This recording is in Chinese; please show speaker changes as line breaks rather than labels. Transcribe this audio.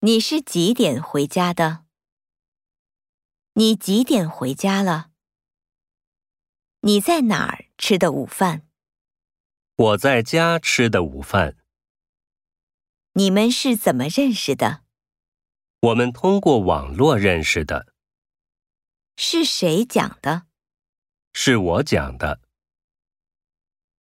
你是几点回家的？你几点回家了？你在哪儿吃的午饭？
我在家吃的午饭。
你们是怎么认识的？
我们通过网络认识的，
是谁讲的？
是我讲的。